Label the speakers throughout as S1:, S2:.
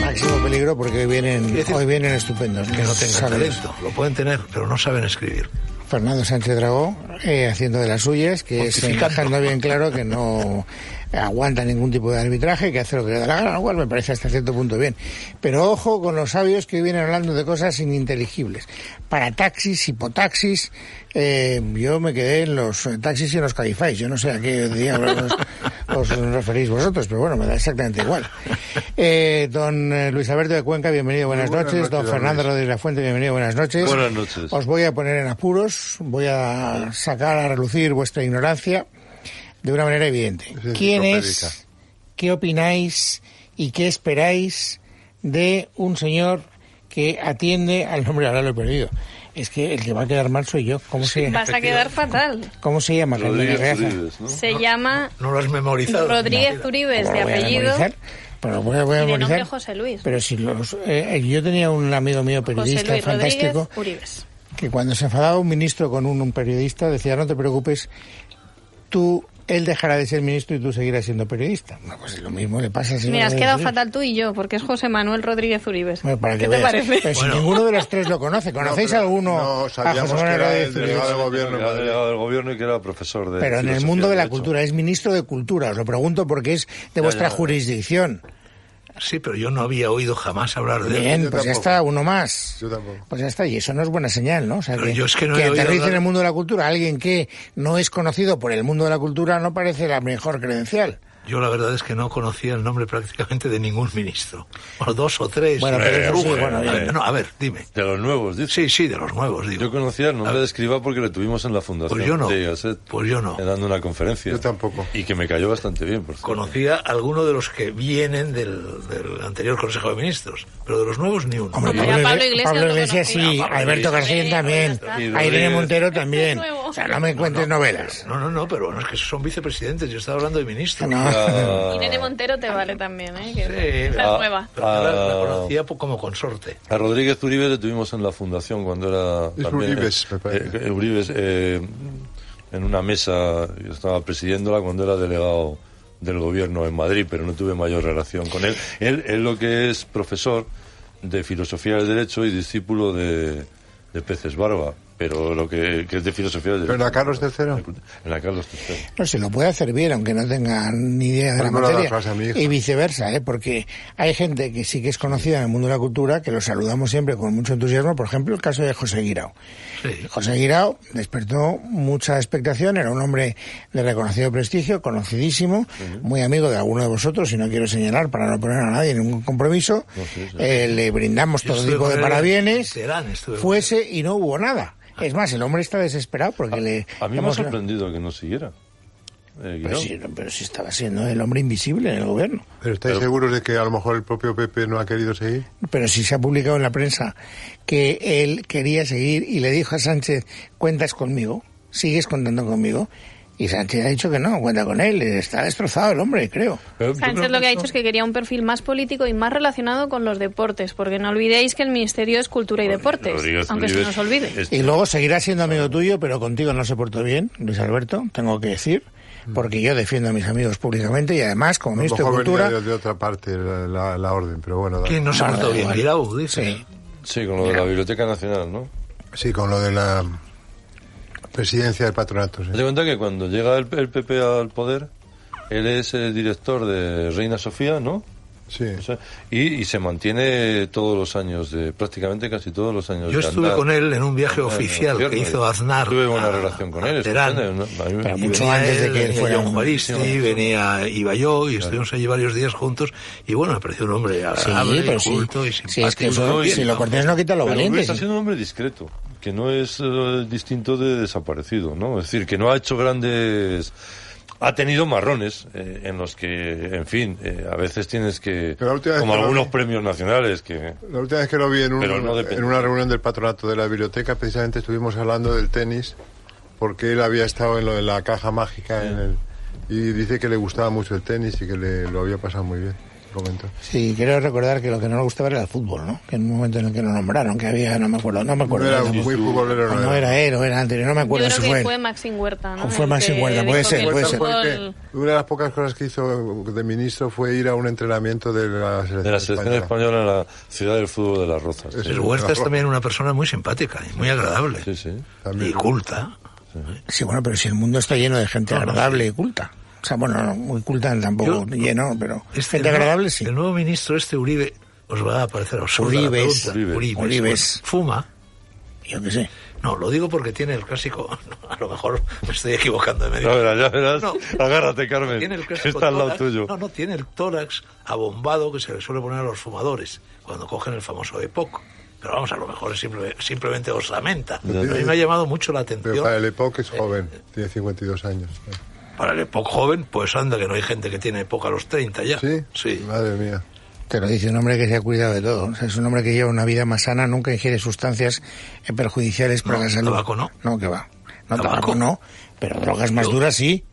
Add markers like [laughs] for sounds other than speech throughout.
S1: Máximo peligro porque hoy vienen,
S2: decir-
S1: hoy vienen estupendos.
S2: que no tengan
S1: Sabios.
S2: talento. Lo pueden tener, pero no saben escribir.
S1: Fernando Sánchez Dragó eh, haciendo de las suyas, que es eh,
S2: Pontificando.
S1: dejando bien claro que no aguanta ningún tipo de arbitraje, que hace lo que le da la gana, lo cual me parece hasta cierto punto bien. Pero ojo con los sabios que hoy vienen hablando de cosas ininteligibles. Para taxis, hipotaxis, eh, yo me quedé en los eh, taxis y en los califáis. Yo no sé a qué diablos os, os referís vosotros, pero bueno, me da exactamente igual. Eh, don eh, Luis Alberto de Cuenca, bienvenido, buenas,
S3: buenas
S1: noches. Don
S3: noches, don
S1: Fernando
S3: Luis.
S1: Rodríguez de la Fuente, bienvenido, buenas noches.
S3: Buenas noches.
S1: Os voy a poner en apuros, voy a sacar a relucir vuestra ignorancia de una manera evidente.
S3: Es
S1: ¿Quién
S3: enciclopédica.
S1: es, qué opináis y qué esperáis de un señor que atiende al [laughs] nombre, ahora lo he perdido? Es que el que va a quedar mal soy yo. ¿Cómo, se,
S4: Vas a quedar fatal.
S1: ¿cómo se llama?
S3: Rodríguez
S1: Carmen Reaza?
S3: Rodríguez, ¿no?
S4: Se llama
S2: No lo has memorizado.
S4: Rodríguez Uribes,
S1: Pues
S4: de
S1: Lo voy a
S4: apellido.
S1: memorizar, Pero lo voy a, voy a
S4: Y de nombre
S1: memorizar.
S4: José Luis.
S1: Pero si los, eh, yo tenía un amigo mío
S4: José
S1: periodista
S4: Luis Rodríguez
S1: fantástico
S4: Uribes.
S1: que cuando se enfadaba un ministro con un, un periodista decía no te preocupes tú él dejará de ser ministro y tú seguirás siendo periodista bueno, pues lo mismo le pasa si
S4: Mira, has quedado fatal tú y yo, porque es José Manuel Rodríguez Uribes.
S1: bueno, para que
S4: ¿Qué te
S1: veas. Pues-
S4: parece?
S1: Pero si ninguno de los tres lo conoce conocéis
S3: No, pero
S1: alguno
S3: No,
S1: a
S3: sabíamos
S1: José
S3: que
S1: Manuel
S3: era
S1: Rodríguez
S3: el delegado
S1: Uribes?
S3: del gobierno. en
S5: Era
S3: Madrid.
S5: delegado del gobierno y que era profesor de.
S1: pero en el
S5: filosofía
S1: mundo de la
S5: derecho.
S1: cultura es ministro de cultura os lo pregunto porque es de vuestra jurisdicción
S2: Sí, pero yo no había oído jamás hablar de él.
S1: bien
S3: yo
S1: pues ya
S3: tampoco.
S1: está uno más
S3: Yo tampoco.
S1: Pues ya está, y eso no es buena señal, ¿no? O sea,
S2: Pero
S1: que,
S2: yo es que no he oído
S1: aterrice
S2: hablar-
S1: en el mundo de la cultura alguien que no es conocido por el mundo de la cultura no parece la mejor credencial.
S2: Yo la verdad es que no conocía el nombre prácticamente de ningún ministro. O dos o tres.
S1: Bueno, pero
S2: Eh,
S1: eso sí,
S2: Ujú.
S1: bueno,
S2: a,
S5: bien.
S2: ver, no, a ver, dime.
S5: De los nuevos, dice.
S2: Sí, sí, de los nuevos, digo.
S5: Yo conocía
S2: A
S5: el nombre
S2: ver.
S5: de Escriba porque lo tuvimos en la fundación.
S2: Pues yo no.
S5: de Gasset, eh,
S2: Pues yo no.
S5: Dando una conferencia.
S3: Yo tampoco.
S5: Y que me cayó bastante bien, por cierto.
S2: Conocía alguno de los que vienen del, del anterior Consejo de Ministros, pero de los nuevos ni uno.
S4: Hombre, Como era Pablo Iglesias,
S1: Pablo
S4: lo
S1: Iglesias
S4: conocía.
S1: sí,
S2: Ah, Pablo
S1: Alberto
S2: Iglesias.
S1: García
S4: Sí,
S1: también,
S4: ya
S5: está.
S1: a Irene
S5: Rodríguez.
S1: Montero
S4: Este es
S1: también.
S4: nuevo.
S1: O sea, no me encuentres novelas.
S2: No, no, no, pero bueno, es que son vicepresidentes, yo estaba hablando de ministros.
S1: No.
S5: Ah,
S4: Irene Montero te vale también, ¿eh? Que
S2: Sí,
S4: esa
S5: ah,
S4: es nueva.
S2: Pero yo la, la
S5: ah,
S2: conocía po- como consorte.
S5: A Rodríguez Uribe le tuvimos en la fundación cuando era...
S3: Es Uribes, me parece.
S5: eh, eh, Uribes, eh, en una mesa, yo estaba presidiéndola cuando era delegado del gobierno en Madrid, pero no tuve mayor relación con él. Él, él lo que es profesor de filosofía del derecho y discípulo de, de Peces Barba, pero lo que, que es de filosofía del derecho.
S3: ¿Pero en la Carlos III?
S5: En la Carlos III.
S1: No, se lo puede hacer bien, aunque no tenga ni idea de la
S3: Pues no le das
S1: materia.
S3: clase a mi hija.
S1: Y viceversa, ¿eh? porque hay gente que sí que es conocida en el mundo de la cultura, que lo saludamos siempre con mucho entusiasmo, por ejemplo, el caso de José Guirao.
S2: Sí.
S1: José Guirao despertó mucha expectación, era un hombre de reconocido prestigio, conocidísimo, muy amigo de alguno de vosotros, y no quiero señalar para no poner a nadie ningún compromiso. Eh, le brindamos
S2: Yo
S1: todo
S2: estuve
S1: tipo
S2: con
S1: de
S2: él en
S1: parabienes, Pues,
S2: Teherán, estuve con
S1: fuese y no hubo nada. Es más, el hombre está desesperado porque le...
S5: A mí me ha
S1: hemos-
S5: sorprendido que no siguiera. eh,
S1: Pero
S5: Guirao.
S1: si, pero si estaba siendo el hombre invisible en el gobierno.
S3: ¿Pero estáis
S5: Pero-
S3: seguros de que a lo mejor el propio Pepe no ha querido seguir?
S1: Pero si se ha publicado en la prensa que él quería seguir y le dijo a Sánchez, cuentas conmigo, sigues contando conmigo. Y Sánchez ha dicho que no, cuenta con él. Está destrozado el hombre, creo.
S5: Pero yo creo
S4: Sánchez lo que ha
S5: eso-
S4: dicho es que quería un perfil más político y más relacionado con los deportes, porque no olvidéis que el Ministerio es Cultura y Deportes,
S5: Rodríguez
S4: aunque se
S5: Uribe
S4: nos olvide.
S5: es-
S1: Y luego seguirá siendo amigo tuyo, pero contigo no se portó bien, Luis Alberto, tengo que decir. Porque yo defiendo a mis amigos públicamente y además, como
S3: A lo
S1: ministro de
S3: mejor
S1: Cultura...
S3: venía de, de otra parte la, la- la orden, pero bueno. da-
S2: ¿Quién no se ha
S1: Vale,
S2: portado bien?
S1: vale.
S2: Guirao, dice.
S1: Sí.
S5: Sí, con lo de la Biblioteca Nacional, ¿no?
S3: Sí, con lo de la presidencia del patronato. sí.
S5: Te cuenta que cuando llega el, el PP al poder, él es el director de Reina Sofía, ¿no?
S3: Sí.
S5: O sea, y, y se mantiene todos los años, de, prácticamente casi todos los años.
S2: Yo
S5: de
S2: estuve
S5: andar.
S2: con él en un viaje
S5: Bueno,
S2: oficial que
S5: cierto,
S2: hizo Aznar. ah,
S5: Tuve buena
S2: a-
S5: relación con
S2: a
S5: él.
S2: Teherán.
S5: escúchame, ¿no? A mí-
S1: Pero
S5: y
S1: mucho
S5: venía
S1: antes de que él
S2: venía
S1: fuera
S2: John
S1: un-
S2: Juaristi, venía iba yo y estuvimos allí varios días juntos y bueno, me pareció un Ah, hombre
S1: Sí,
S2: agradable,
S1: pero sí.
S2: culto y
S1: Sí, es que
S2: simpático.
S1: eso-
S5: ¿no?
S1: si lo cortés no quita lo
S5: Pero
S1: valiente.
S5: Luis ha
S1: sí.
S5: sido un hombre discreto, que no es eh, distinto de desaparecido, ¿no? Es decir, que no ha hecho grandes ha tenido marrones eh, en los que, en fin, eh, a veces tienes que,
S3: Pero la última vez
S5: como
S3: que lo
S5: algunos
S3: vi-
S5: premios nacionales que
S3: La última vez que lo vi en, un-
S5: Pero no depende.
S3: en una reunión del patronato de la biblioteca, precisamente estuvimos hablando del tenis, porque él había estado en lo de la caja mágica en el- y dice que le gustaba mucho el tenis y que le, lo había pasado muy bien. Comentó.
S1: Sí, quiero recordar que lo que no le gustaba era el fútbol, ¿no? Que en un momento en el que lo nombraron, que había, no me acuerdo, no me
S3: No
S1: acuerdo.
S3: era
S1: no,
S3: muy futbolero, no,
S1: Ah, no era él, o era anterior, no me
S4: Yo
S1: acuerdo
S4: creo
S1: si
S4: que
S1: fue
S4: fue,
S1: él.
S4: Maxim Huerta, ¿no?
S1: O fue
S4: El
S1: Maxim
S4: que
S1: Huerta, puede
S4: dijo
S1: ser,
S4: que el
S1: puede ser.
S4: fútbol-
S3: Porque una de las pocas cosas que hizo de ministro fue ir a un entrenamiento de la selección,
S5: de la selección
S3: española.
S5: española en la ciudad del fútbol de las Rozas.
S3: Eso
S5: sí.
S3: es
S2: Pero Huerta es
S3: Claro.
S2: también una persona muy simpática y muy agradable.
S5: Sí, sí.
S3: También.
S2: Y culta.
S1: Sí, bueno, pero si el mundo está lleno de gente agradable y culta. O sea, bueno, no, muy culta tampoco,
S2: Yo-
S1: lleno, pero
S2: Este
S1: gente
S2: nuevo-
S1: agradable sí.
S2: El nuevo ministro, este Uribe, os va a parecer absurdo.
S1: Uribes.
S5: Uribe.
S1: Uribes.
S2: pues, Fuma.
S1: Yo qué sé.
S2: No, lo digo porque tiene el clásico. [laughs] A lo mejor me estoy equivocando de medio.
S5: Ya verás, ya verás.
S2: No.
S5: Agárrate, Carmen.
S2: Tiene el
S5: que
S2: clásico
S5: está al lado
S2: tórax-
S5: tuyo.
S2: No, no, tiene el tórax abombado que se le suele poner a los fumadores cuando cogen el famoso EPOC. Pero vamos, a lo mejor es simple- simplemente osamenta. A mí me ha llamado mucho la atención.
S3: Pero para el EPOC es joven, tiene 52 años.
S2: Para el EPOC joven, pues anda, que no hay gente que tiene EPOC a los 30 ya.
S3: ¿Sí?
S2: Sí.
S3: Madre mía.
S1: Te lo dice un hombre que se ha cuidado de todo. O sea, es un hombre que lleva una vida más sana, nunca ingiere sustancias eh, perjudiciales para
S2: No,
S1: la salud.
S2: tabaco no.
S1: No, que va. No,
S2: Tabaco.
S1: tabaco, no, pero drogas más
S2: Yo-
S1: duras sí.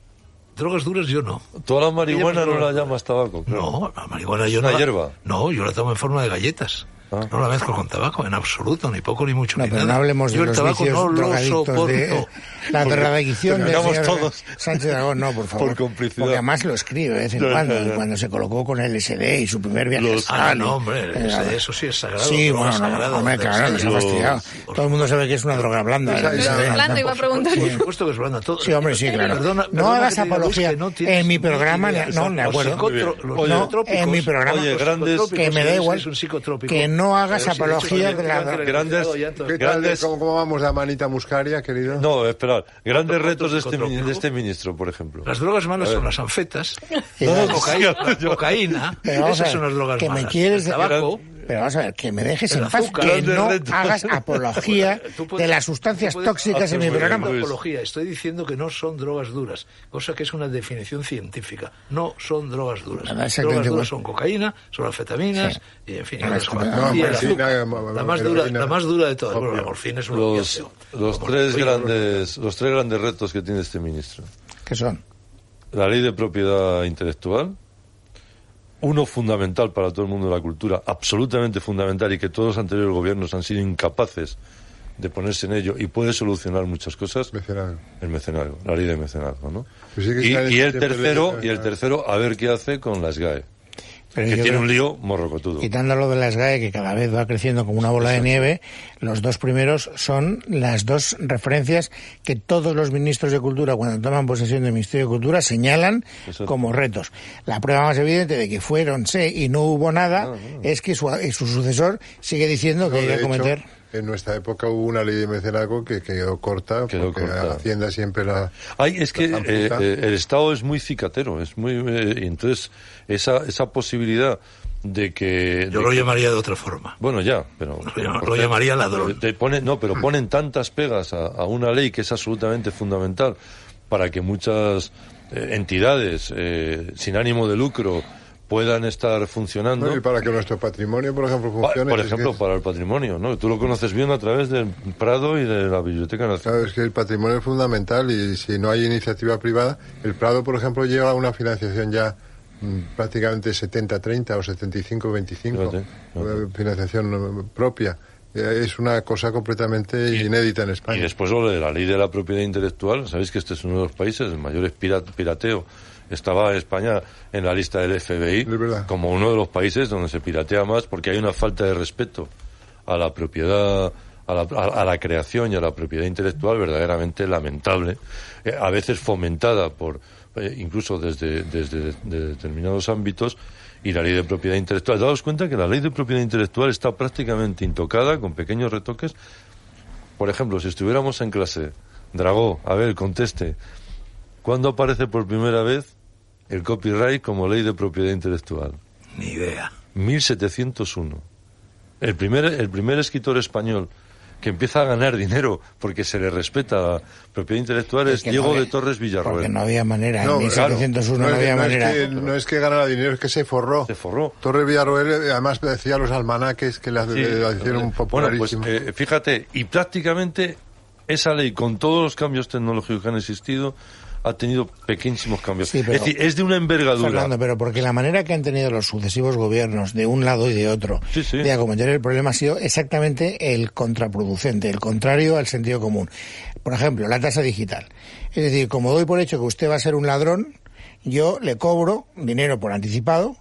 S2: Drogas duras yo no.
S5: Toda la marihuana
S2: Ella
S5: no
S2: me-
S5: la llamas tabaco. claro.
S2: No, la marihuana
S5: Es
S2: yo no.
S5: una
S2: la-
S5: hierba.
S2: No, yo la tomo en forma de galletas.
S5: Ah.
S2: No la mezclo con tabaco, en absoluto, ni poco ni mucho.
S1: No,
S2: ni
S1: pero no
S2: nada.
S1: hablemos
S2: yo
S1: de
S2: el
S1: los
S2: tabaco
S1: vicios
S2: no lo
S1: drogadictos
S2: soporto.
S1: de la
S2: Porque-
S1: drogadicción de
S5: Tengamos todos.
S1: Sánchez Dragón, no, por favor.
S5: Por complicidad.
S1: Porque además lo escribe de vez en
S5: No, no,
S1: cuando,
S5: no.
S1: cuando se colocó con el SD y su primer viaje.
S5: Los-
S1: a
S2: Ah,
S1: Australia.
S2: no, hombre,
S1: Eh,
S2: ese- eso sí es sagrado.
S1: Sí,
S2: droga
S1: bueno, no,
S2: sagrada,
S1: hombre,
S2: donde
S1: claro, nos ha
S2: esté.
S1: fastidiado.
S2: Por
S1: Todo el mundo sabe que es una droga blanda.
S3: Esa
S1: el
S3: es la
S1: LSD,
S4: blanda,
S1: ¿no?
S4: iba a preguntar.
S2: Por supuesto que es blanda. Todo.
S1: Sí, hombre, sí, claro.
S2: Perdona,
S1: no
S2: perdona
S1: hagas
S2: que te diga, Luis,
S1: apología.
S2: que no tienes
S1: en mi
S2: ni
S1: programa,
S2: idea.
S1: no, me
S2: Los
S1: acuerdo.
S2: psicotro-
S5: Muy bien.
S2: los
S5: Oye,
S2: psicotrópicos-
S1: en mi programa-
S5: Oye, grandes-
S1: que me da
S2: es-
S1: igual
S2: es un psicotrópico.
S1: que no hagas
S2: Pero si de hecho,
S1: apología de la-
S2: creo que el
S5: Grandes-
S2: licenciado ya entonces-
S3: ¿Qué tal? de-
S5: Grandes-
S3: ¿Cómo, cómo vamos la manita muscaria, querido?
S5: No, esperad. Grandes
S2: Otro
S5: retos de este,
S2: tópico,
S5: mini-
S2: ¿no?
S5: de este ministro, por ejemplo.
S2: Las drogas malas
S5: A ver.
S2: son las anfetas,
S1: No,
S2: la cocaína,
S5: sí,
S2: la cocaína.
S1: Pero vamos a
S2: Esas
S1: ver,
S2: son las drogas
S1: que me
S2: malas.
S1: quieres-
S2: El tabaco.
S1: Pero vamos a ver, que me dejes
S2: El
S1: en paz,
S2: azúcar,
S1: que
S5: los
S1: no
S2: [laughs]
S5: derretos.
S1: hagas apología
S2: Tú puedes-
S1: de las sustancias
S2: tú puedes-
S1: tóxicas
S5: haces
S1: en mi
S5: muy bien,
S1: programa.
S5: Luis.
S2: Apología, estoy diciendo que no son drogas duras, cosa que es una definición científica. No son drogas duras.
S1: Nada,
S2: drogas duras
S1: exactamente igual.
S2: son cocaína, son anfetaminas,
S1: Sí.
S2: y en fin,
S1: Nada,
S2: otras
S1: exactamente.
S2: cosas.
S1: No,
S2: Y el
S3: morfina,
S2: azúcar,
S3: eh,
S2: la más dura,
S3: heroína.
S2: la más dura de todas. Bueno, la morfina es un
S5: Los,
S2: opiáceo.
S5: los,
S2: Como
S5: tres
S2: el opioide.
S5: grandes, los tres grandes retos que tiene este ministro.
S1: ¿Qué son?
S5: La ley de propiedad intelectual, uno fundamental para todo el mundo de la cultura, absolutamente fundamental y que todos los anteriores gobiernos han sido incapaces de ponerse en ello y puede solucionar muchas cosas.
S3: Mecenario.
S5: El mecenario, la ley de mecenazgo, ¿no?
S3: Pues sí que
S5: y,
S3: sale
S5: y el
S3: siempre de-
S5: tercero, y el tercero, a ver qué hace con las GAE,
S1: Pero
S5: que
S1: yo
S5: tiene
S1: creo-
S5: un lío morrocotudo.
S1: Quitando lo de las GAE, que cada vez va creciendo como una bola de nieve, los dos primeros son las dos referencias que todos los ministros de Cultura, cuando toman posesión del Ministerio de Cultura, señalan
S5: Exacto.
S1: como retos. La prueba más evidente de que fueron, sé, y no hubo nada, es que su, eh, su sucesor sigue diciendo que
S3: No,
S1: iba
S3: de
S1: a
S3: hecho,
S1: cometer...
S3: en nuestra época hubo una ley de mecenazgo que quedó corta,
S5: Quedó
S3: porque
S5: corta.
S3: Hacienda siempre la...
S5: Ay, es que
S3: la
S5: eh,
S3: amputa.
S5: eh, el Estado es muy cicatero, es muy eh, y entonces esa esa posibilidad de que,
S2: Yo
S5: de
S2: lo
S5: que-
S2: llamaría de otra forma.
S5: bueno ya, pero
S2: Lo llama-
S5: por
S2: lo
S5: qué?
S2: llamaría ladrón.
S5: Te pone- no, pero ponen tantas pegas a, a una ley que es absolutamente fundamental para que muchas eh, entidades eh, sin ánimo de lucro puedan estar funcionando.
S3: Bueno, y para que nuestro patrimonio, por ejemplo,
S5: Pa-
S3: funcione...
S5: Por
S3: es que-
S5: ejemplo, para el patrimonio, ¿no? Tú lo conoces bien a través del Prado y de la Biblioteca Nacional.
S3: Claro, es que el patrimonio es fundamental y si no hay iniciativa privada, el Prado, por ejemplo, lleva una financiación ya mm, prácticamente 70-30 o 75-25,
S5: Fíjate, fíjate.
S3: una financiación eh, propia. Eh, Es una cosa completamente inédita en
S5: Y
S3: España.
S5: después lo de la ley de la propiedad intelectual, sabéis que este es uno de los países, el mayor es pira- pirateo. Estaba España en la lista del FBI
S3: Es verdad.
S5: como uno de los países donde se piratea más porque hay una falta de respeto a la propiedad, a la, a- a la creación y a la propiedad intelectual verdaderamente lamentable, eh, a veces fomentada por eh, incluso desde, desde de determinados ámbitos y la ley de propiedad intelectual. Daos cuenta que la ley de propiedad intelectual está prácticamente intocada con pequeños retoques por ejemplo, si estuviéramos en clase, Dragó, a ver, conteste. ¿Cuándo aparece por primera vez el copyright como ley de propiedad intelectual?
S2: Ni idea.
S5: 1701. El primer, el primer escritor español que empieza a ganar dinero porque se le respeta propiedad intelectual es,
S1: que no
S5: Diego
S1: había-
S5: de Torres Villarroel.
S1: Porque no había manera. en
S3: claro,
S1: 1701 no,
S3: es-
S1: había
S3: es
S1: manera.
S3: que- no es que ganara dinero, es que se forró.
S5: Se forró.
S3: Torres Villarroel, eh, además decía los almanaques que la,
S5: Sí.
S3: la hicieron
S5: Bueno, pues
S3: popularísima.
S5: eh, fíjate, y prácticamente esa ley, con todos los cambios tecnológicos que han existido, ha tenido pequeñísimos cambios.
S1: Sí, pero-
S5: es decir, es de una envergadura.
S1: Fernando, pero porque la manera que han tenido los sucesivos gobiernos de un lado y de otro
S5: Sí, sí.
S1: de acometer el problema ha sido exactamente el contraproducente, el contrario al sentido común. Por ejemplo, la tasa digital. Es decir, como doy por hecho que usted va a ser un ladrón, yo le cobro dinero por anticipado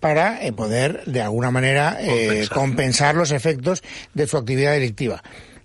S1: para eh, poder, de alguna manera, eh,
S2: Compensar.
S1: compensar los efectos de su actividad delictiva.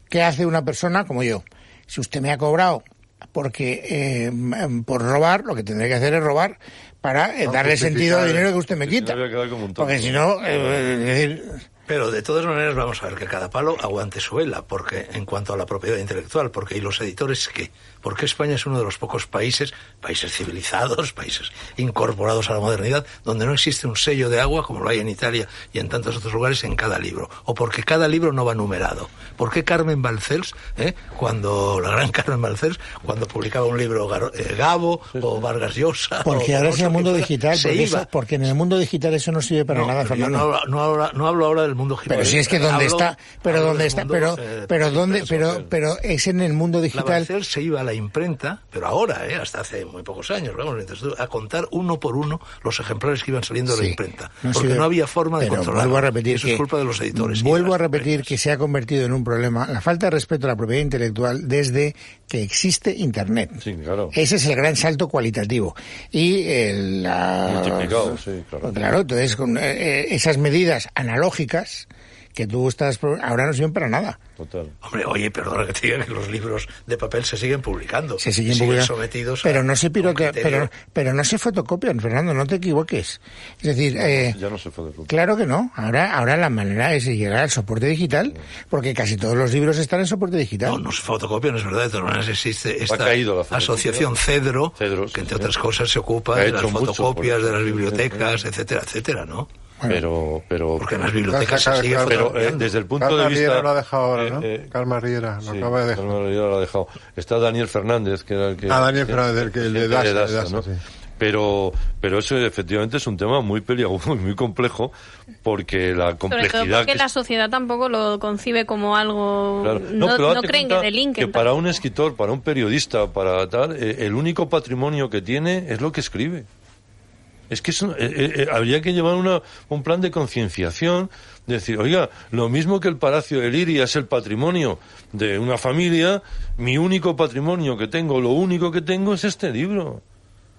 S1: ¿Qué hace una persona como yo? Si usted me ha cobrado porque eh, m- por robar, lo que tendré que hacer es robar para eh,
S3: Ah,
S1: darle
S3: justificar,
S1: sentido al dinero que usted me
S5: sí,
S1: quita.
S5: me voy a quedar como un tonto.
S1: Porque si no, eh, es decir,
S2: Pero de todas maneras vamos a ver que cada palo aguante su vela, porque en cuanto a la propiedad intelectual, porque y los editores qué, porque España es uno de los pocos países, países civilizados, países incorporados a la modernidad, donde no existe un sello de agua como lo hay en Italia y en tantos otros lugares en cada libro, o porque cada libro no va numerado. ¿Por qué Carmen Balcells, eh, cuando la gran [laughs] Carmen Balcells, cuando publicaba un libro Gar- eh, Gabo o Vargas Llosa,
S1: porque
S2: o
S1: ahora es en el
S2: Rosa
S1: mundo
S2: Quintana,
S1: digital,
S2: se
S1: porque,
S2: iba.
S1: eso- porque en el mundo digital eso no sirve para
S2: No,
S1: nada,
S2: pero yo
S1: Fernando.
S2: no, hablo- no hablo, no hablo ahora del mundo
S1: Pero
S2: gipsy.
S1: si es que donde
S2: Hablo-
S1: está, pero
S2: hablo
S1: donde
S2: del
S1: está,
S2: mundo,
S1: pero,
S2: eh,
S1: pero
S2: del
S1: donde,
S2: impreso,
S1: pero,
S2: del-
S1: pero es en el mundo
S2: la
S1: digital.
S2: Barcel se iba a la imprenta, pero ahora, eh, hasta hace muy pocos años, vamos, mientras tú- a contar uno por uno los ejemplares que iban saliendo de
S1: Sí.
S2: la imprenta,
S1: No
S2: porque
S1: sirve.
S2: no había forma de
S1: Pero
S2: controlar.
S1: Vuelvo a repetir
S2: Eso
S1: que,
S2: es culpa de los editores. y de
S1: Vuelvo
S2: las
S1: a repetir
S2: empresas.
S1: que se ha convertido en un problema la falta de respeto a la propiedad intelectual desde que existe Internet.
S5: Sí, claro.
S1: Ese es el gran salto cualitativo. Y el, la-
S5: Multiplicado, sí, claro.
S1: entonces con, eh, eh, esas medidas analógicas que tú estás pro- ahora no sirven para nada.
S5: Total.
S2: Hombre, oye, perdona que te diga que los libros de papel se siguen publicando.
S1: Se siguen publicando.
S2: sometidos a-
S1: pero no se
S2: a un
S1: pirotea-
S2: criterio.
S1: pero, pero no se fotocopian, Fernando, no te equivoques. Es decir, eh,
S5: Ya no se fue de grupo.
S1: Claro que no. Ahora, ahora la manera es llegar al soporte digital, porque casi todos los libros están en soporte digital.
S2: No, no se fotocopian, es verdad. De todas maneras existe esta
S5: caído la fotocopia.
S2: asociación Cedro,
S5: Cedro, sí,
S2: que entre
S5: señor.
S2: otras cosas se ocupa
S5: Ha
S2: de
S5: hecho
S2: las
S5: mucho por
S2: fotocopias,
S5: eso.
S2: de las bibliotecas, etcétera, etcétera, ¿no?
S5: Pero, pero,
S2: Porque en las bibliotecas se
S3: Claro,
S2: sigue
S3: claro,
S5: pero eh,
S2: fotocopiando.
S5: desde el punto
S3: Carmen
S5: de vista.
S3: Riera lo ha dejado ahora,
S5: eh,
S3: ¿no?
S5: eh,
S3: Carmen Riera, lo
S5: Sí,
S3: acaba de dejar.
S5: Carmen Rodríguez lo ha dejado. Está Daniel Fernández, que era el que...
S3: Ah, Daniel Fernández, el que le
S5: presidente
S3: das-
S5: de
S3: le
S5: Dasa,
S3: das,
S5: ¿no?
S3: sí.
S5: Pero, pero eso efectivamente es un tema muy peliagudo [laughs] y muy complejo, porque la
S4: Sobre todo
S5: complejidad...
S4: porque
S5: que
S4: la sociedad tampoco lo concibe como algo.
S5: Claro.
S4: No,
S5: pero
S4: no
S5: date
S4: creen que
S5: cuenta
S4: delinquen.
S5: que para
S4: tampoco.
S5: un escritor, para un periodista, para tal, eh, el único patrimonio que tiene es lo que escribe. Es que eso, eh, eh, eh, habría que llevar una, un plan de concienciación, de decir, oiga, lo mismo que el Palacio de Liria es el patrimonio de una familia, mi único patrimonio que tengo, lo único que tengo es este libro.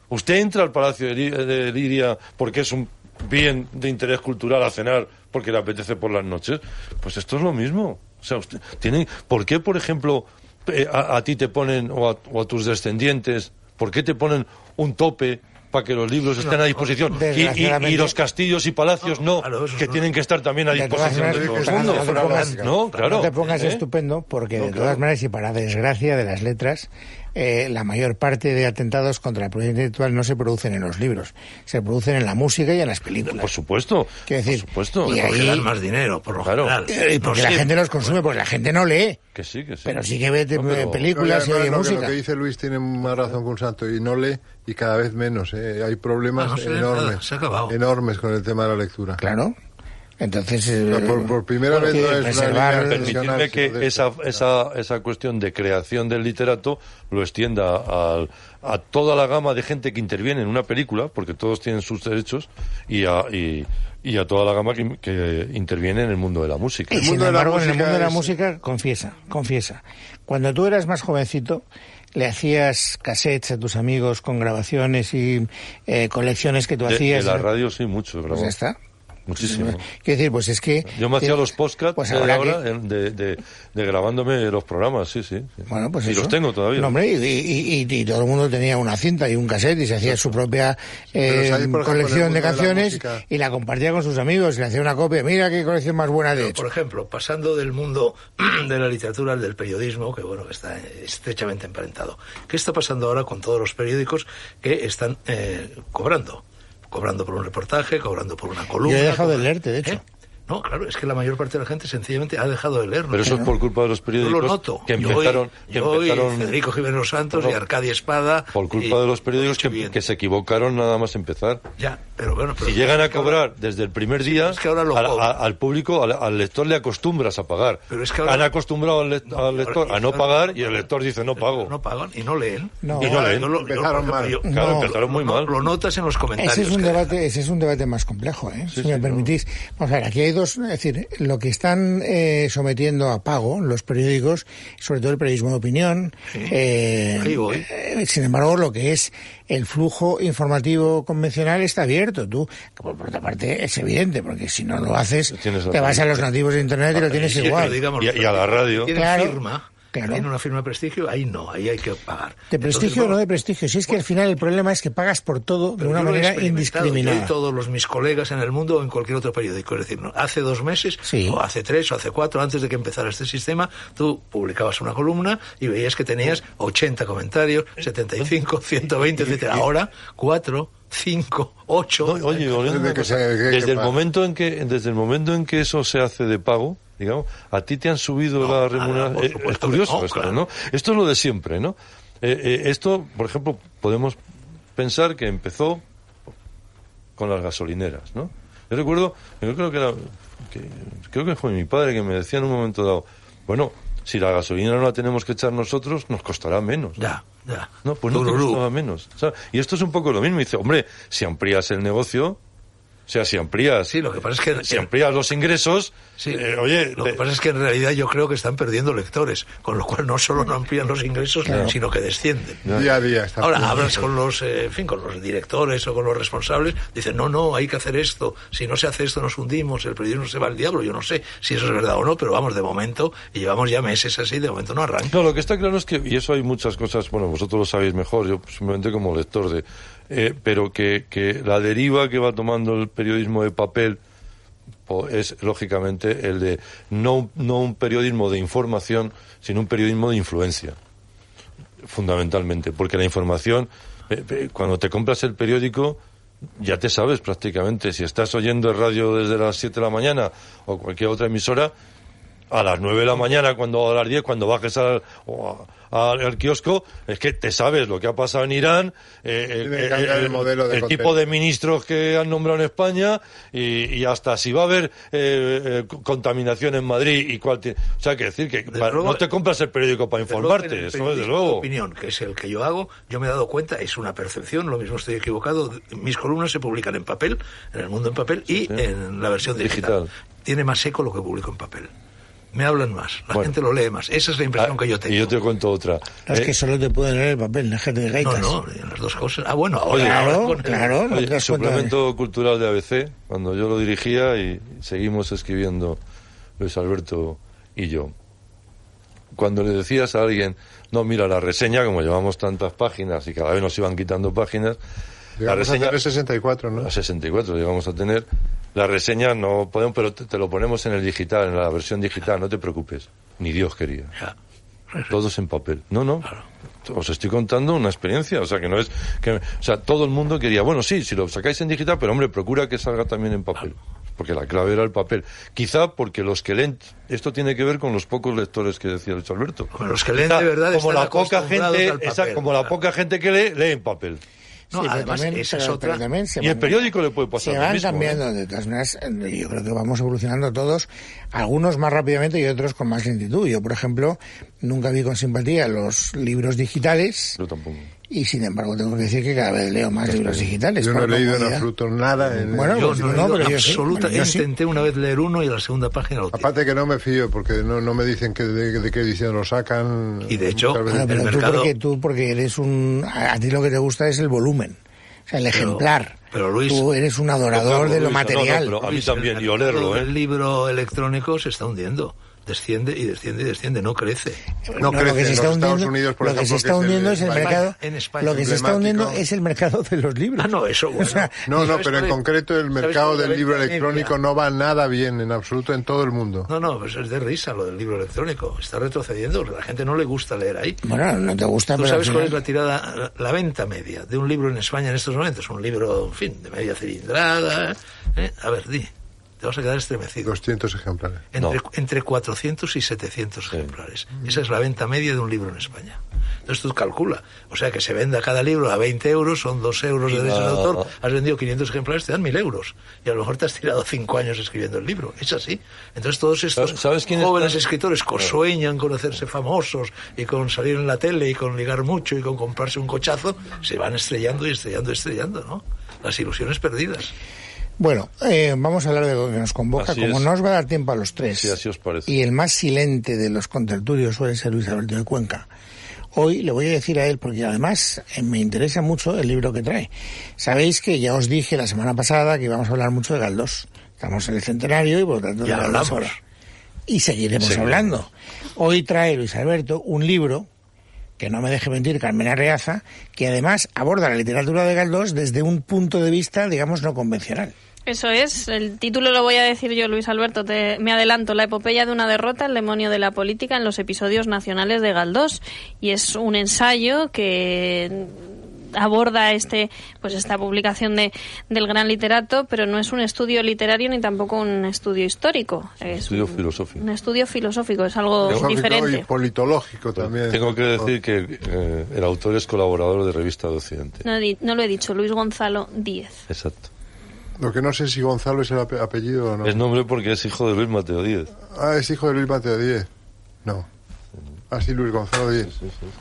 S5: Usted entra al Palacio de Li- de Liria porque es un bien de interés cultural a cenar porque le apetece por las noches. Pues esto es lo mismo. O sea, usted tiene, ¿por qué, por ejemplo, eh, a, a ti te ponen o a, o a tus descendientes, por qué te ponen un tope para que los libros estén a disposición Y- y, y
S1: Desgraciadamente-
S5: los castillos y palacios no,
S2: claro, eso es
S5: que
S2: una-
S5: tienen que estar también a
S1: De todas
S5: disposición de todo
S1: maneras,
S5: el
S1: Fernando,
S5: mundo?
S1: no te pongas-
S5: No, claro.
S1: No te pongas
S5: ¿eh?
S1: estupendo, porque
S5: No,
S1: de todas
S5: claro.
S1: maneras y para desgracia de las letras, eh, la mayor parte de atentados contra la propiedad intelectual no se producen en los libros, se producen en la música y en las películas.
S5: Por supuesto.
S1: Quiero decir,
S5: por supuesto.
S1: y
S2: Porque
S1: ahí-
S2: dan más dinero, por lo
S5: Claro.
S2: general.
S1: Eh, y
S2: No
S1: porque la
S2: siempre.
S1: gente los consume, pues la gente no lee,
S5: Que sí, que sí.
S1: pero sí que ve te-
S5: No, pero-
S1: películas y oye
S3: Oye, además, lo, que,
S1: música.
S3: lo que dice Luis tiene más razón que un santo y no lee y cada vez menos. ¿eh? Hay problemas
S2: Ah, no se lee
S3: enormes,
S2: nada, se ha acabado.
S3: enormes con el tema de la lectura.
S1: Claro. Entonces,
S3: Pero
S1: eh,
S3: por- por primera
S1: porque
S3: vez no es una
S1: preservar-
S3: línea de-
S5: Permitidme
S3: Ganar,
S5: que
S3: joder,
S5: esa, esa, esa cuestión de creación del literato lo extienda al- a toda la gama de gente que interviene en una película, porque todos tienen sus derechos, y a, y, y a toda la gama que, que interviene en el mundo de la música.
S1: Y
S3: El
S1: sin
S3: mundo de la
S1: embargo, en el
S3: música
S1: mundo de la
S3: es-
S1: música, confiesa, confiesa. Cuando tú eras más jovencito, le hacías cassettes a tus amigos con grabaciones y eh, colecciones que tú
S5: De, de
S1: hacías.
S5: la radio sí, mucho,
S1: Pues
S5: grabado.
S1: ya está.
S5: Muchísimo.
S1: Quiero decir, pues es que.
S5: Yo me hacía
S1: que-
S5: los podcasts
S1: Pues
S5: de,
S1: ahora
S5: ahora, eh,
S1: que-
S5: de, de- de grabándome los programas, sí, sí. sí.
S1: Bueno, pues
S5: y
S1: eso.
S5: los tengo todavía.
S1: No, hombre, y, y- y- y todo el mundo tenía una cinta y un cassette y se hacía su propia
S3: pero
S1: eh,
S3: si hay, por ejemplo, en el
S1: colección
S3: mundo
S1: de
S3: de la
S1: canciones
S3: música-
S1: y la compartía con sus amigos y le hacía una copia. Mira qué colección más buena de hecho.
S2: Por ejemplo, pasando del mundo [clears throat] de la literatura al del periodismo, que bueno, que está estrechamente emparentado. ¿Qué está pasando ahora con todos los periódicos que están eh, cobrando? Cobrando por un reportaje, cobrando por una columna.
S1: dejado de
S2: cobra-
S1: leerte, de hecho.
S2: ¿Eh? No, claro, es que la mayor parte de la gente sencillamente ha dejado de leerlo.
S5: Pero eso es por culpa de los
S2: Yo
S5: periódicos
S2: lo noto.
S5: que
S2: Yo
S5: empezaron...
S2: hoy-
S5: que
S2: yo hoy,
S5: empezaron-
S2: Federico Jiménez Los Santos y
S5: Perdón.
S2: Arcadia Espada.
S5: por culpa
S2: y-
S5: de los periódicos
S2: Ocho
S5: que,
S2: bien.
S5: que se equivocaron nada más empezar.
S2: Ya, pero bueno. Pero
S5: Si llegan a
S2: es que ahora-
S5: cobrar desde el primer día,
S2: es que ahora lo
S5: al,
S2: cobran.
S5: a- al público, al, al lector le acostumbras a pagar.
S2: Pero es que ahora-
S5: Han acostumbrado al, le- al lector
S2: ahora-
S5: a no pagar y el lector dice no pago.
S2: No pagan y no leen.
S1: No.
S5: Y no leen.
S2: Yo lo- yo,
S3: Empezaron
S2: por ejemplo,
S5: mal.
S2: yo-
S5: Claro,
S2: no,
S5: empezaron muy
S2: no,
S5: mal.
S2: Lo notas en los comentarios.
S1: Ese es un
S2: que-
S1: debate, ese es un debate más complejo, ¿eh? si me
S5: sí,
S1: permitís. Vamos a ver, aquí hay dos, es decir, lo que están eh, sometiendo a pago los periódicos, sobre todo el periodismo de opinión. eh,
S2: Ahí voy.
S1: eh, sin embargo, lo que es el flujo informativo convencional está abierto. Tú, por, por otra parte, es evidente, porque si no lo haces,
S5: Tienes la
S1: te vas a los nativos de internet y lo tienes
S2: Sí,
S1: igual.
S2: pero digamos,
S5: Y a- y a la radio.
S2: Tiene
S1: Claro,
S2: firma.
S1: claro.
S2: Tiene una firma de prestigio, ahí no, ahí hay que pagar.
S1: De
S2: Entonces,
S1: prestigio o
S2: bueno,
S1: no de prestigio. Si es que al final el problema es que pagas por todo de
S2: pero
S1: una
S2: yo lo he
S1: manera
S2: experimentado, Yo
S1: indiscriminada.
S2: y todos los, mis colegas en el mundo o en cualquier otro periódico. Es decir, ¿no? hace dos meses,
S1: Sí.
S2: o hace tres, o hace cuatro, antes de que empezara este sistema, tú publicabas una columna y veías que tenías 80 comentarios,
S5: [laughs]
S2: 75, 120, etcétera. Ahora, cuatro, cinco, ocho.
S5: No, oye, Lorenzo,
S3: Desde
S5: una
S3: que
S5: cosa.
S3: se- que- que
S5: desde el
S3: pa-
S5: momento en que desde el momento en que eso se hace de pago, digamos, a ti te han subido
S2: No,
S5: la
S2: nada,
S5: remuneración.
S2: por
S5: Eh, Es
S2: supuesto que
S5: curioso
S2: no,
S5: esto,
S2: claro.
S5: ¿no? Esto es lo de siempre, ¿no? Eh, eh, esto, por ejemplo, podemos pensar que empezó con las gasolineras, ¿no? Yo recuerdo, yo creo que era, que- creo que fue mi padre que me decía en un momento dado, bueno, si la gasolina no la tenemos que echar nosotros, nos costará menos.
S2: Ya, ya.
S5: No, pues no te
S2: Tururú.
S5: costaba menos. O sea, y esto es un poco lo mismo. Dice, hombre, si amplías el negocio, o sea, si amplías,
S2: Sí, lo que pasa es que-
S5: si amplías los ingresos,
S2: Sí.
S5: eh, oye,
S2: lo que
S5: te-
S2: pasa es que en realidad yo creo que están perdiendo lectores, con lo cual no solo no amplían los ingresos, sino que descienden.
S3: Día a día está.
S2: Ahora hablas con los, eh, en fin, con los directores o con los responsables, dicen, no, no, hay que hacer esto, si no se hace esto nos hundimos, el periodismo se va al diablo, yo no sé si eso es verdad o no, pero vamos, de momento, y llevamos ya meses así, de momento no arranca.
S5: No, lo que está claro es que, y eso hay muchas cosas, bueno, vosotros lo sabéis mejor, yo simplemente como lector de, eh, pero que, que la deriva que va tomando el periodismo de papel po- es lógicamente el de no, no un periodismo de información, sino un periodismo de influencia, fundamentalmente, porque la información, eh, eh, cuando te compras el periódico, ya te sabes prácticamente, si estás oyendo el radio desde las 7 de la mañana o cualquier otra emisora, a las 9 de la mañana, cuando o a las 10, cuando bajes al, o a- al- al kiosco, es que te sabes lo que ha pasado en Irán, eh,
S3: Tiene
S5: eh,
S3: que cambiar
S5: eh,
S3: el modelo de
S5: el
S3: contenido.
S5: tipo de ministros que han nombrado en España y, y hasta si va a haber eh, eh, co- contaminación en Madrid y cuál tiene- O sea, que decir que para-
S2: luego-
S5: no te compras el periódico para
S2: Desde
S5: informarte,
S2: luego, en el
S5: eso desde
S2: periodismo de
S5: luego.
S2: opinión, que es el que yo hago, yo me he dado cuenta, es una percepción, lo mismo estoy equivocado, mis columnas se publican en papel, en el mundo en papel y en la versión digital.
S5: Digital.
S2: Tiene más eco lo que publico en papel. Me hablan más, la
S5: Bueno.
S2: gente lo lee más. Esa es la impresión que yo
S5: Ah,
S2: tengo.
S5: Y yo te cuento otra.
S1: No, es
S5: Eh,
S1: que solo te pueden leer el papel, déjate de
S2: No,
S1: gaitas.
S2: no, en las dos cosas. Ah, bueno, ahora,
S5: Oye,
S2: ahora
S1: Claro,
S2: con el-
S1: claro, no
S5: Oye,
S1: te das cuenta de-
S5: suplemento cultural de ABC, cuando yo lo dirigía y seguimos escribiendo Luis Alberto y yo. Cuando le decías a alguien, no, mira, la reseña, como llevamos tantas páginas y cada vez nos iban quitando páginas, la
S3: Llegamos a
S5: reseña,
S3: tener 64, ¿no?
S5: a 64 llegamos a tener, la reseña no podemos, pero te, te lo ponemos en el digital, en la versión digital, no te preocupes, ni Dios quería.
S2: Ya.
S5: Todos en papel. No, no. Os estoy contando una experiencia, o sea que no es que, o sea, todo el mundo quería, bueno, sí, si lo sacáis en digital, pero hombre, procura que salga también en papel, porque la clave era el papel. Quizá porque los que leen, esto tiene que ver con los pocos lectores que decía Luis Alberto.
S2: Hombre, los que leen de
S5: Quizá
S2: verdad
S5: como
S2: están
S5: la poca
S2: acostumbrados
S5: gente,
S2: al papel,
S5: esa- como la
S2: claro.
S5: poca gente que lee, lee en papel.
S2: No,
S1: pero
S2: además, esa es
S1: pero-
S2: otra.
S1: pero también se
S5: Y el
S1: van-
S5: periódico le puede pasar
S1: Se
S5: lo
S1: van
S5: mismo, ¿eh?
S1: cambiando, de todas maneras, eh, yo creo que vamos evolucionando todos, algunos más rápidamente y otros con más lentitud. Yo, por ejemplo, nunca vi con simpatía los libros digitales
S5: Yo tampoco.
S1: y, sin embargo, tengo que decir que cada vez leo más libros digitales.
S3: Yo no he
S1: por
S3: leído en
S1: comodidad.
S3: absoluto nada. en-
S1: Bueno,
S2: Yo
S1: pues,
S2: no, he
S1: no,
S2: leído
S1: pero yo sí,
S2: absoluta.
S1: bueno, yo sí.
S2: Intenté una vez leer uno y en la segunda página lo tiré.
S3: Aparte que no me fío, porque no, no me dicen que de, de qué edición lo sacan.
S2: Y de hecho,
S3: Tal vez-
S5: Ah,
S1: Bueno,
S2: El
S1: pero tú
S2: mercado-
S1: porque, tú porque eres un... A a ti lo que te gusta es el volumen, o sea, el ejemplar.
S2: pero, Luis-
S1: Tú eres un adorador
S5: Claro,
S1: de lo
S5: Luis, no, no,
S1: material.
S5: pero a mí
S2: Luis,
S5: también,
S2: el
S5: y olerlo,
S2: mercado
S5: ¿eh?
S2: del libro electrónico se está hundiendo. Desciende y desciende y desciende, no crece.
S3: No crece,
S1: lo que se está
S3: en los Estados
S1: hundiendo,
S3: Unidos, por
S1: lo que
S3: ejemplo,
S1: se está
S3: que es el
S1: hundiendo
S3: de
S1: es el
S3: España.
S1: mercado.
S2: En España,
S1: lo que se está
S3: emblemático.
S1: hundiendo es el mercado de los
S2: [laughs]
S1: libros.
S2: Ah, no, eso bueno.
S3: No, no,
S2: ¿Sabes
S3: pero en
S2: cuál es?
S3: concreto el
S2: ¿Sabes
S3: mercado
S2: cuál es la
S3: del libro
S2: diferencia?
S3: electrónico no va nada bien en absoluto en todo el mundo.
S2: No, no, pues es de risa lo del libro electrónico. Está retrocediendo, porque a la gente no le gusta leer ahí.
S1: Bueno, no te gusta,
S2: ¿Tú
S1: pero
S2: sabes
S1: al
S2: cuál es
S1: final-
S2: la tirada, la- la venta media de un libro en España en estos momentos? Un libro, en fin, de media cilindrada. ¿eh? A ver, di. te vas a quedar estremecido.
S3: 200 ejemplares.
S2: Entre,
S5: No.
S2: entre 400 y 700 ejemplares. Esa es la venta media de un libro en España. Entonces tú calcula. O sea, que se venda cada libro a 20 euros, son 2 euros de
S5: Y
S2: derechos de
S5: la-
S2: autor. Has vendido 500 ejemplares, te dan 1000 euros. Y a lo mejor te has tirado 5 años escribiendo el libro. Es así. Entonces todos estos
S5: ¿Sabes- sabes quién
S2: jóvenes
S5: está?
S2: escritores que sueñan con hacerse famosos y con salir en la tele y con ligar mucho y con comprarse un cochazo, se van estrellando y estrellando y estrellando, ¿no? Las ilusiones perdidas.
S1: Bueno, eh, vamos a hablar de lo que nos convoca.
S5: Así
S1: Como
S5: es.
S1: no os va a dar tiempo a los tres,
S5: Sí, así os parece.
S1: y el más silente de los contertulios suele ser Luis Alberto de Cuenca, hoy le voy a decir a él, porque además eh, me interesa mucho el libro que trae. Sabéis que ya os dije la semana pasada que íbamos a hablar mucho de Galdós. Estamos en el centenario y por lo tanto
S2: Ya
S1: de Galdós
S2: hablamos.
S1: ahora. Y seguiremos
S5: Seguiremos.
S1: hablando. Hoy trae Luis Alberto un libro que no me deje mentir, Carmen Arreaza, que además aborda la literatura de Galdós desde un punto de vista, digamos, no convencional.
S4: Eso es, el título lo voy a decir yo, Luis Alberto, te- me adelanto, La epopeya de una derrota, el demonio de la política en los episodios nacionales de Galdós. Y es un ensayo que aborda este pues esta publicación de, del gran literato, pero no es un estudio literario ni tampoco un estudio histórico. Es un
S5: estudio filosófico.
S4: Un estudio filosófico, es algo
S3: Filosófico
S4: diferente.
S3: y politológico también.
S5: Tengo que decir que eh, el autor es colaborador de Revista de Occidente.
S4: No, he di- no lo he dicho, Luis Gonzalo Díez.
S5: Exacto.
S3: Lo que no sé si Gonzalo es el ape- apellido o no.
S5: Es nombre porque es hijo de Luis Mateo Díez.
S3: Ah, es hijo de Luis Mateo Díez. No. Ah, sí, Luis Gonzalo Díez.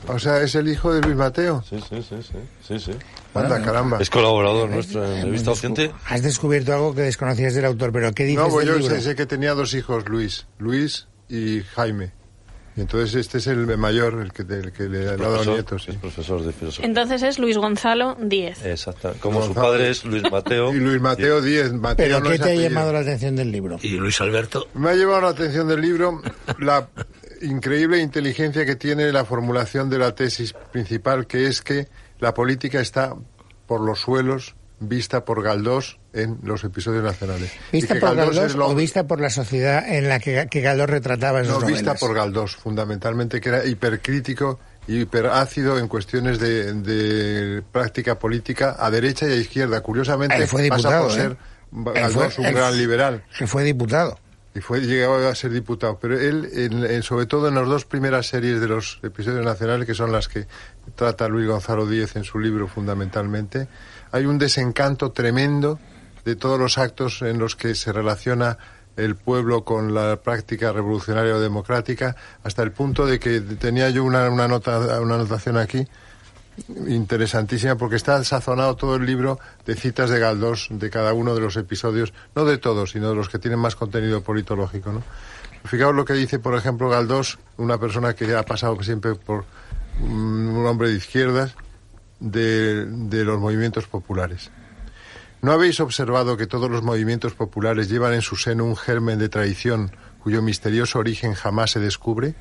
S3: O sea, es el hijo de Luis Mateo.
S5: Sí, sí, sí, sí. sí, sí.
S3: Anda, caramba.
S5: Es colaborador nuestro en Revista Occidente.
S1: Has descubierto algo que desconocías del autor, pero ¿qué dices
S3: No, pues
S1: del
S3: yo
S1: libro?
S3: sé, sé que tenía dos hijos, Luis. Luis y Jaime. Y entonces este es el mayor, el que, el que le ha dado
S5: Profesor-
S3: nietos. sí.
S5: Es profesor de filosofía.
S4: Entonces es Luis Gonzalo Díez.
S5: Exacto. Como su
S3: Gonzalo.
S5: padre es Luis Mateo.
S3: [laughs] Y Luis Mateo Díez. Mateo
S1: ¿Pero
S3: no
S1: qué
S3: es
S1: te ha
S3: apellido.
S1: llamado la atención del libro?
S2: Y Luis Alberto
S3: Me ha llevado la atención del libro la increíble inteligencia que tiene la formulación de la tesis principal, que es que la política está por los suelos vista por Galdós en los episodios nacionales. Y
S1: ¿Vista
S3: que
S1: por Galdós,
S3: es lo-
S1: o vista por la sociedad en la que, que Galdós retrataba en
S3: no,
S1: sus
S3: vista
S1: novelas?
S3: por Galdós, fundamentalmente, que era hipercrítico y hiperácido en cuestiones de, de práctica política a derecha y a izquierda. Curiosamente,
S1: Él fue
S3: pasa
S1: diputado,
S3: por
S1: ¿eh?
S3: ser
S1: Él fue-
S3: Galdós un
S1: él-
S3: gran liberal.
S1: Que fue diputado.
S3: Y fue llegado a ser diputado, pero él, en- en- sobre todo en las dos primeras series de los episodios nacionales, que son las que trata Luis Gonzalo Díez en su libro fundamentalmente, hay un desencanto tremendo de todos los actos en los que se relaciona el pueblo con la práctica revolucionaria o democrática, hasta el punto de que tenía yo una, una nota, una anotación aquí, interesantísima porque está sazonado todo el libro de citas de Galdós de cada uno de los episodios, no de todos, sino de los que tienen más contenido politológico, ¿no? Fijaos lo que dice, por ejemplo, Galdós, una persona que ha pasado siempre por mm, un hombre de izquierdas de, de los movimientos populares. ¿No habéis observado que todos los movimientos populares llevan en su seno un germen de traición cuyo misterioso origen jamás se descubre?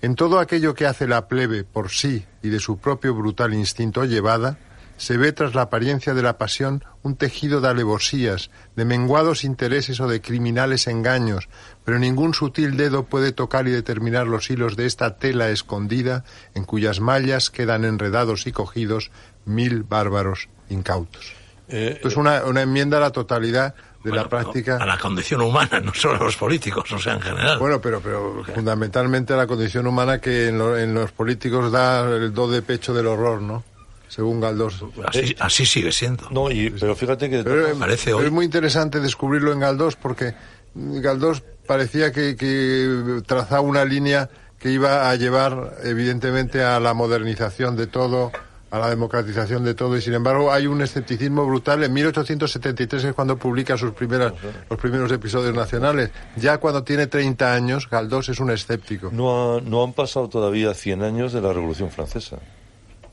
S3: En todo aquello que hace la plebe por sí y de su propio brutal instinto llevada, se ve tras la apariencia de la pasión un tejido de alevosías, de menguados intereses o de criminales engaños, pero ningún sutil dedo puede tocar y determinar los hilos de esta tela escondida en cuyas mallas quedan enredados y cogidos mil bárbaros incautos.
S5: Eh,
S3: Esto es una, una enmienda a la totalidad de
S2: Bueno,
S3: la práctica.
S2: A la condición humana, no solo a los políticos, o sea, en general.
S3: Bueno, pero, pero fundamentalmente a la condición humana que en, lo- en los políticos da el do de pecho del horror, ¿no? Según Galdós. eh,
S2: así, así sigue siendo.
S5: No, y, pero fíjate que...
S3: Pero, eh,
S2: Parece
S3: pero
S2: hoy.
S3: es muy interesante descubrirlo en Galdós porque mm, Galdós parecía que, que trazaba una línea que iba a llevar evidentemente a la modernización de todo, a la democratización de todo y sin embargo hay un escepticismo brutal. En 1873 es cuando publica sus primeras, los primeros episodios nacionales. Ya cuando tiene 30 años, Galdós es un escéptico.
S5: No, ha- no han pasado todavía 100 años de la Revolución Francesa.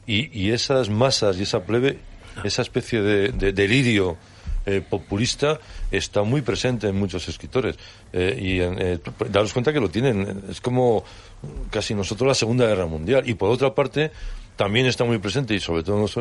S5: Y, y esas masas y esa plebe, esa especie de, de delirio eh, populista está muy presente en muchos escritores. Eh, y en, eh, tú- daros cuenta que lo tienen. Es como casi nosotros la Segunda Guerra Mundial. Y por otra parte, también está muy presente, y sobre todo en los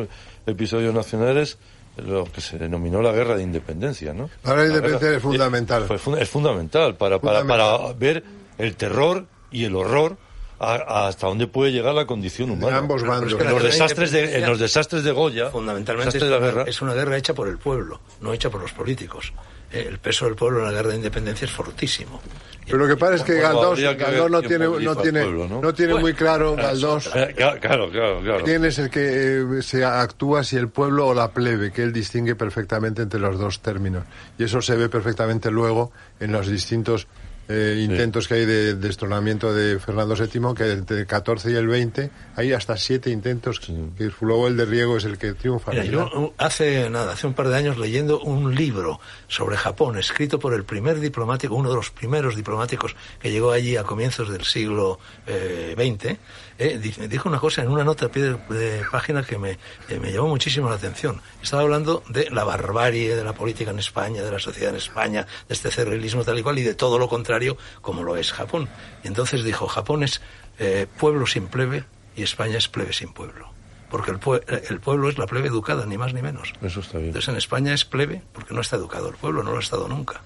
S5: episodios nacionales, lo que se denominó la Guerra de Independencia. ¿no?
S3: La Guerra de
S5: guerra-
S3: Independencia es fundamental.
S5: fue fun- es fundamental para, para,
S3: Fundamental.
S5: para ver el terror y el horror a- a hasta dónde puede llegar la condición humana.
S3: ambos
S5: En
S3: bandos.
S2: Pero es que la
S5: los
S2: guerra
S5: desastres de, en
S2: independencia-
S5: los desastres de Goya,
S2: Fundamentalmente es
S5: desastres de la
S2: una,
S5: guerra,
S2: es una guerra hecha por el pueblo, no hecha por los políticos. Eh, El peso del pueblo en la guerra de independencia es fortísimo.
S3: Pero lo que pasa es que
S5: Bueno,
S3: Galdós,
S5: habría que
S3: Galdós
S5: ver
S3: no
S5: quién
S3: tiene,
S5: moviliza
S3: no
S5: al
S3: tiene,
S5: pueblo, ¿no?
S3: no tiene muy claro Galdós
S5: Eh, ca- claro, claro, claro.
S3: quién es el que eh, se actúa si el pueblo o la plebe, que él distingue perfectamente entre los dos términos. Y eso se ve perfectamente luego en los distintos eh, intentos que hay de destronamiento de Fernando VII, que entre el 14 y el 20 hay hasta siete intentos, que luego el de Riego es el que triunfa.
S2: Mira,
S3: al
S2: yo
S3: final.
S2: uh, hace nada, hace un par de años leyendo un libro sobre Japón, escrito por el primer diplomático, uno de los primeros diplomáticos que llegó allí a comienzos del siglo eh, XX, eh, di- dijo una cosa en una nota al pie de, de página que me, eh, me llamó muchísimo la atención. Estaba hablando de la barbarie de la política en España, de la sociedad en España, de este cerrilismo tal y cual, y de todo lo contrario como lo es Japón. Y entonces dijo, Japón es eh, pueblo sin plebe y España es plebe sin pueblo. Porque el, pue- el pueblo es la plebe educada, ni más ni menos.
S5: Eso está bien.
S2: Entonces en España es plebe porque no está educado el pueblo, no lo ha estado nunca.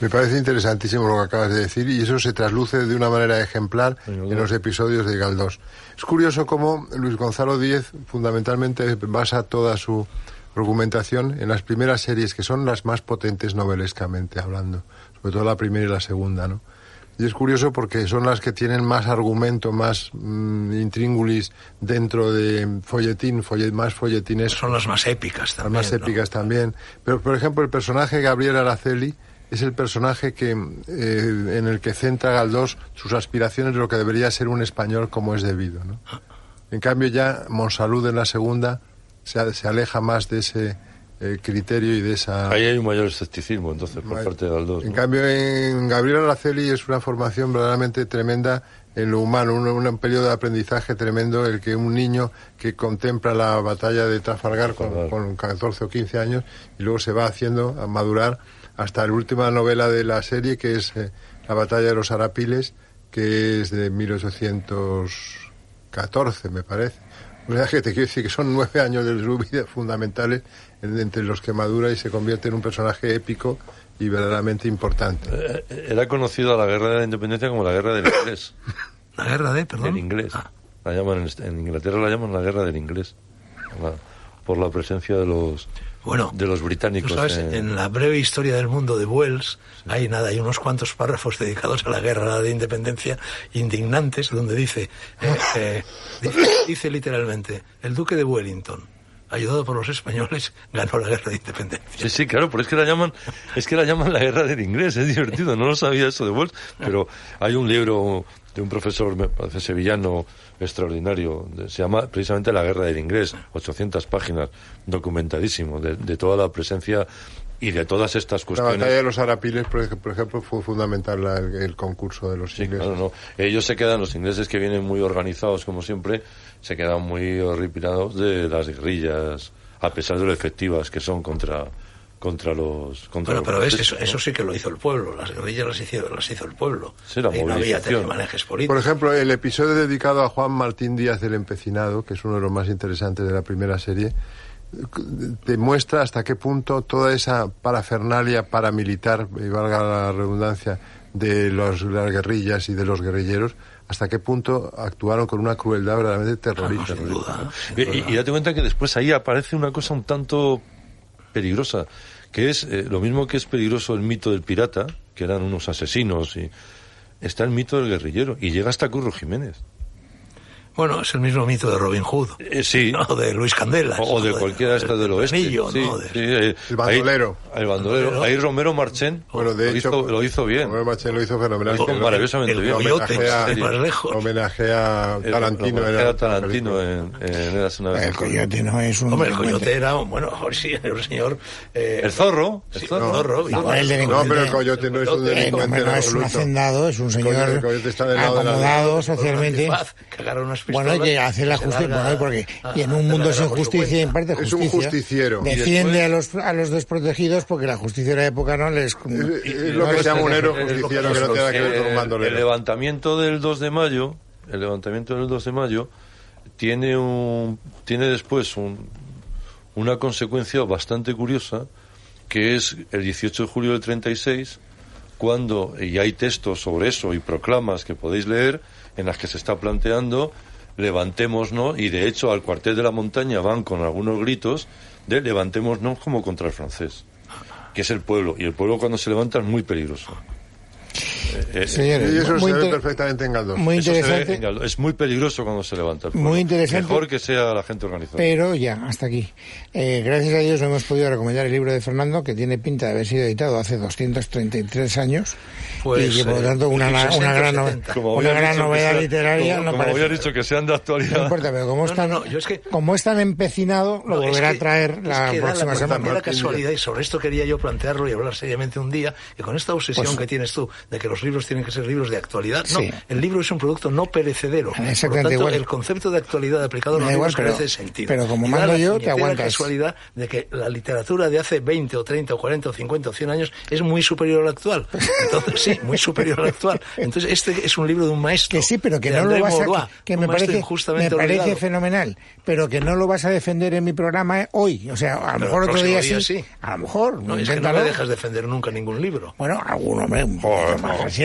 S3: Me parece interesantísimo lo que acabas de decir y eso se trasluce de una manera ejemplar en los episodios de Galdós. Es curioso cómo Luis Gonzalo Díez fundamentalmente basa toda su argumentación en las primeras series, que son las más potentes novelescamente hablando, sobre todo la primera y la segunda, ¿no? Y es curioso porque son las que tienen más argumento, más mm, intríngulis dentro de folletín, follet- más folletines
S2: Son las más épicas también.
S3: las más
S2: ¿no?
S3: épicas también. Pero, por ejemplo, el personaje Gabriel Araceli es el personaje que eh, en el que centra Galdós sus aspiraciones de lo que debería ser un español como es debido. ¿no? En cambio, ya Monsalud en la segunda se, a- se aleja más de ese eh, criterio y de esa...
S5: Ahí hay un mayor escepticismo, entonces, por parte de Galdós.
S3: Ah. En
S5: ¿no?
S3: cambio, en Gabriel Araceli es una formación verdaderamente tremenda en lo humano, un, un periodo de aprendizaje tremendo, el que un niño que contempla la batalla de Trafalgar con, con 14 o 15 años y luego se va haciendo a madurar hasta la última novela de la serie, que es eh, La batalla de los Arapiles, que es de 1814, me parece. O sea, que te quiero decir que son nueve años de su vida fundamentales en- entre los que madura y se convierte en un personaje épico y verdaderamente importante.
S5: Eh, eh, Era conocida la guerra de la independencia como la guerra del
S2: [coughs]
S5: inglés.
S2: La guerra de, perdón.
S5: del inglés.
S2: Ah,
S5: La llaman, en est- en Inglaterra la llaman la guerra del inglés. la- por la presencia de los,
S2: bueno,
S5: de los británicos.
S2: tú sabes,
S5: eh,
S2: en la breve historia del mundo de Wells hay nada, hay unos cuantos párrafos dedicados a la guerra de independencia indignantes, donde dice,
S3: [laughs]
S2: eh, eh, di- dice literalmente, el duque de Wellington, ayudado por los españoles, [laughs] ganó la guerra de independencia.
S5: Sí, sí, claro, pero es que la llaman, es que la llaman la guerra del inglés, es divertido, no lo sabía eso de Wells, pero hay un libro de un profesor me parece, sevillano extraordinario, de- se llama precisamente La guerra del inglés, 800 páginas, documentadísimo, de, de toda la presencia y de todas estas
S3: La batalla
S5: cuestiones.
S3: de los Arapiles, por ej- por ejemplo, fue fundamental la- el, el concurso de los
S5: Sí,
S3: ingleses.
S5: claro, no. Ellos se quedan, los ingleses que vienen muy organizados, como siempre, se quedan muy horripilados de las guerrillas, a pesar de lo efectivas que son contra contra los contra
S2: Bueno,
S5: los
S2: pero ves,
S5: franceses,
S2: eso,
S5: ¿no?
S2: eso sí que lo hizo el pueblo, las guerrillas las hizo, las hizo el pueblo.
S5: Sí, la
S2: y no había
S5: movilización.
S2: manejes
S3: Por
S2: políticos.
S3: ejemplo, el episodio dedicado a Juan Martín Díaz del Empecinado, que es uno de los más interesantes de la primera serie, demuestra hasta qué punto toda esa parafernalia paramilitar, y valga la redundancia, de los- las guerrillas y de los guerrilleros, hasta qué punto actuaron con una crueldad verdaderamente
S2: Vamos,
S3: terrorista.
S2: Ah, sin duda.
S5: Y, y- y date cuenta que después ahí aparece una cosa un tanto peligrosa, que es eh, lo mismo que es peligroso el mito del pirata, que eran unos asesinos, y está el mito del guerrillero, y llega hasta Curro Jiménez.
S2: Bueno, es el mismo mito de Robin Hood.
S5: Eh, sí.
S2: O de Luis Candelas.
S5: O, o de cualquiera de estas del oeste.
S2: Fresnillo,
S5: Sí,
S2: ¿no? De-
S5: sí, eh,
S3: El bandolero.
S5: Ahí, el bandolero. Ahí Romero Marchén
S3: Bueno, de
S5: lo,
S3: hecho,
S5: hizo, lo hizo bien.
S3: Romero Marchén lo hizo fenomenal.
S5: Lo hizo maravillosamente
S2: el
S5: bien.
S2: coyote,
S3: Homenajea-
S2: sin ir más lejos.
S3: Homenajea a
S5: El-
S3: Tarantino.
S5: lo-
S3: en la-
S5: era Tarantino eh. en, en Érase una vez
S1: El
S5: en
S1: coyote no es un.
S2: Hombre, el
S1: delincuente.
S2: coyote era, un- bueno, [laughs] sí, era un señor... eh,
S5: El zorro. el
S2: sí,
S5: zorro.
S2: zorro,
S1: No,
S2: igual.
S1: el delincuente.
S3: No, pero el coyote no es un
S2: El
S1: Eh, no,
S3: delincuente
S1: hombre,
S3: en
S1: no es un
S3: absoluto.
S1: hacendado, es un
S3: El coyote-
S1: señor
S3: el coyote está del lado de la ley.
S1: acomodado
S2: Por un
S1: socialmente.
S2: antifaz, que agarra unas pistolas
S1: Bueno, llega a hacer la
S2: y se
S1: justicia,
S2: larga
S1: bueno, porque y en
S2: a- a
S1: un
S2: hacer
S1: mundo
S2: la
S1: sin
S2: guerra por su
S1: justicia, y en
S2: cuenta.
S1: parte
S3: Es
S1: justicia,
S3: un justiciero. Y
S1: defiende
S5: después-
S1: a los a los desprotegidos porque la justicia de la época no les Mm,
S3: Es, es
S1: no
S3: lo que
S1: les
S3: se llama un
S1: protege.
S3: e- héroe
S2: es lo que
S3: justiciero que no tiene nada que ver con un
S5: el, Eh, el
S3: bandolero.
S5: levantamiento del 2 de mayo, el levantamiento del 2 de mayo tiene un tiene después un- una consecuencia bastante curiosa que es el 18 de julio del 36 cuando y hay textos sobre eso y proclamas que podéis leer en las que se está planteando levantémonos, y de hecho al cuartel de la montaña van con algunos gritos de levantémonos como contra el francés, que es el pueblo, y el pueblo cuando se levanta es muy peligroso. Eh, eh,
S1: Señores,
S3: Y eso
S1: muy,
S3: se ve
S1: inter-
S3: perfectamente en Galdós.
S1: muy
S5: eso se ve
S1: interesante.
S5: en Galdós. es muy peligroso cuando se levanta. el pueblo.
S1: Muy interesante. Eh,
S5: Mejor que sea la gente organizada.
S1: Pero ya, hasta aquí. Eh, gracias a Dios no hemos podido recomendar el libro de Fernando, que tiene pinta de haber sido editado hace 233 años.
S2: Pues,
S1: y que por lo
S2: eh,
S1: tanto una, una
S2: 670.
S1: gran, nove-
S2: Como
S1: una
S5: habían
S1: gran
S5: dicho que
S1: novedad
S5: sea-
S1: literaria
S5: como-
S1: no
S5: como
S1: parece.
S5: habían dicho que sean de
S1: No
S5: actualidad.
S1: importa, pero como,
S2: No,
S1: es, tan,
S2: no, no, yo es que-
S1: como es tan empecinado, lo
S2: No, es
S1: volverá
S2: que-
S1: a traer la
S2: es que da
S1: próxima
S2: cuenta,
S1: semana.
S2: da la casualidad, y sobre esto quería yo plantearlo y hablar seriamente un día, que con esta obsesión
S1: Pues-
S2: que tienes tú de que los libros tienen que ser libros de actualidad,
S1: Sí.
S2: no, el libro es un producto no perecedero. Por lo
S1: Exactamente
S2: tanto,
S1: igual.
S2: el concepto de actualidad aplicado a
S1: Me
S2: los
S1: da igual,
S2: libros
S1: pero-
S2: carece de sentido.
S1: pero como
S2: Y da
S1: mando
S2: la
S1: yo, te
S2: puñetera
S1: aguantas.
S2: casualidad de que la literatura de hace 20 o 30 o 40 o 50 o 100 años es muy superior a la actual. Entonces, sí, muy superior a la actual. Entonces, este es un libro de un maestro.
S1: Que sí, pero que
S2: de
S1: no
S2: André
S1: lo vas a...
S2: Maurois,
S1: que
S2: un
S1: me
S2: maestro
S1: parece, me
S2: injustamente
S1: parece
S2: olvidado.
S1: fenomenal, pero que no lo vas a defender en mi programa eh, hoy. O sea, a
S2: Pero
S1: lo mejor
S2: el
S1: otro día,
S2: próximo día
S1: sí.
S2: sí.
S1: A lo
S2: No, es
S1: mejor.
S2: que no me
S1: inténtalo.
S2: dejas defender nunca ningún libro.
S1: Bueno, algún hombre un poco más reciente.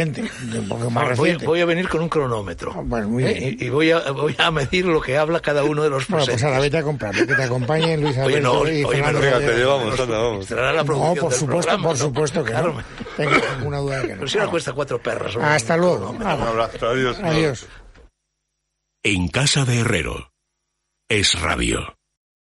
S1: Un poco más
S2: Voy,
S1: reciente.
S2: voy a venir con un cronómetro.
S1: Ah, bueno, muy
S2: ¿eh?
S1: bien.
S2: Y, y voy, a, voy a medir lo que habla cada uno de los
S1: Bueno, pues
S2: presentes.
S1: ahora vete a comprar, que te acompañen Luis
S2: Oye, no,
S1: Alberto y
S2: oye, me lo
S1: Fernando
S5: Venga,
S1: Gabriel.
S5: te llevamos, anda, vamos.
S2: Estará la
S1: No,
S2: producción
S1: por
S2: del
S1: supuesto,
S2: programa,
S1: por
S2: ¿no?
S1: supuesto que no. Ah.
S2: Carmen.
S1: Tengo ninguna duda de que no.
S2: Pero si ahora cuesta cuatro perras. hombre.
S1: Hasta luego.
S3: Un abrazo.
S5: Adiós.
S1: Adiós.
S6: En casa de Herrero. Es radio.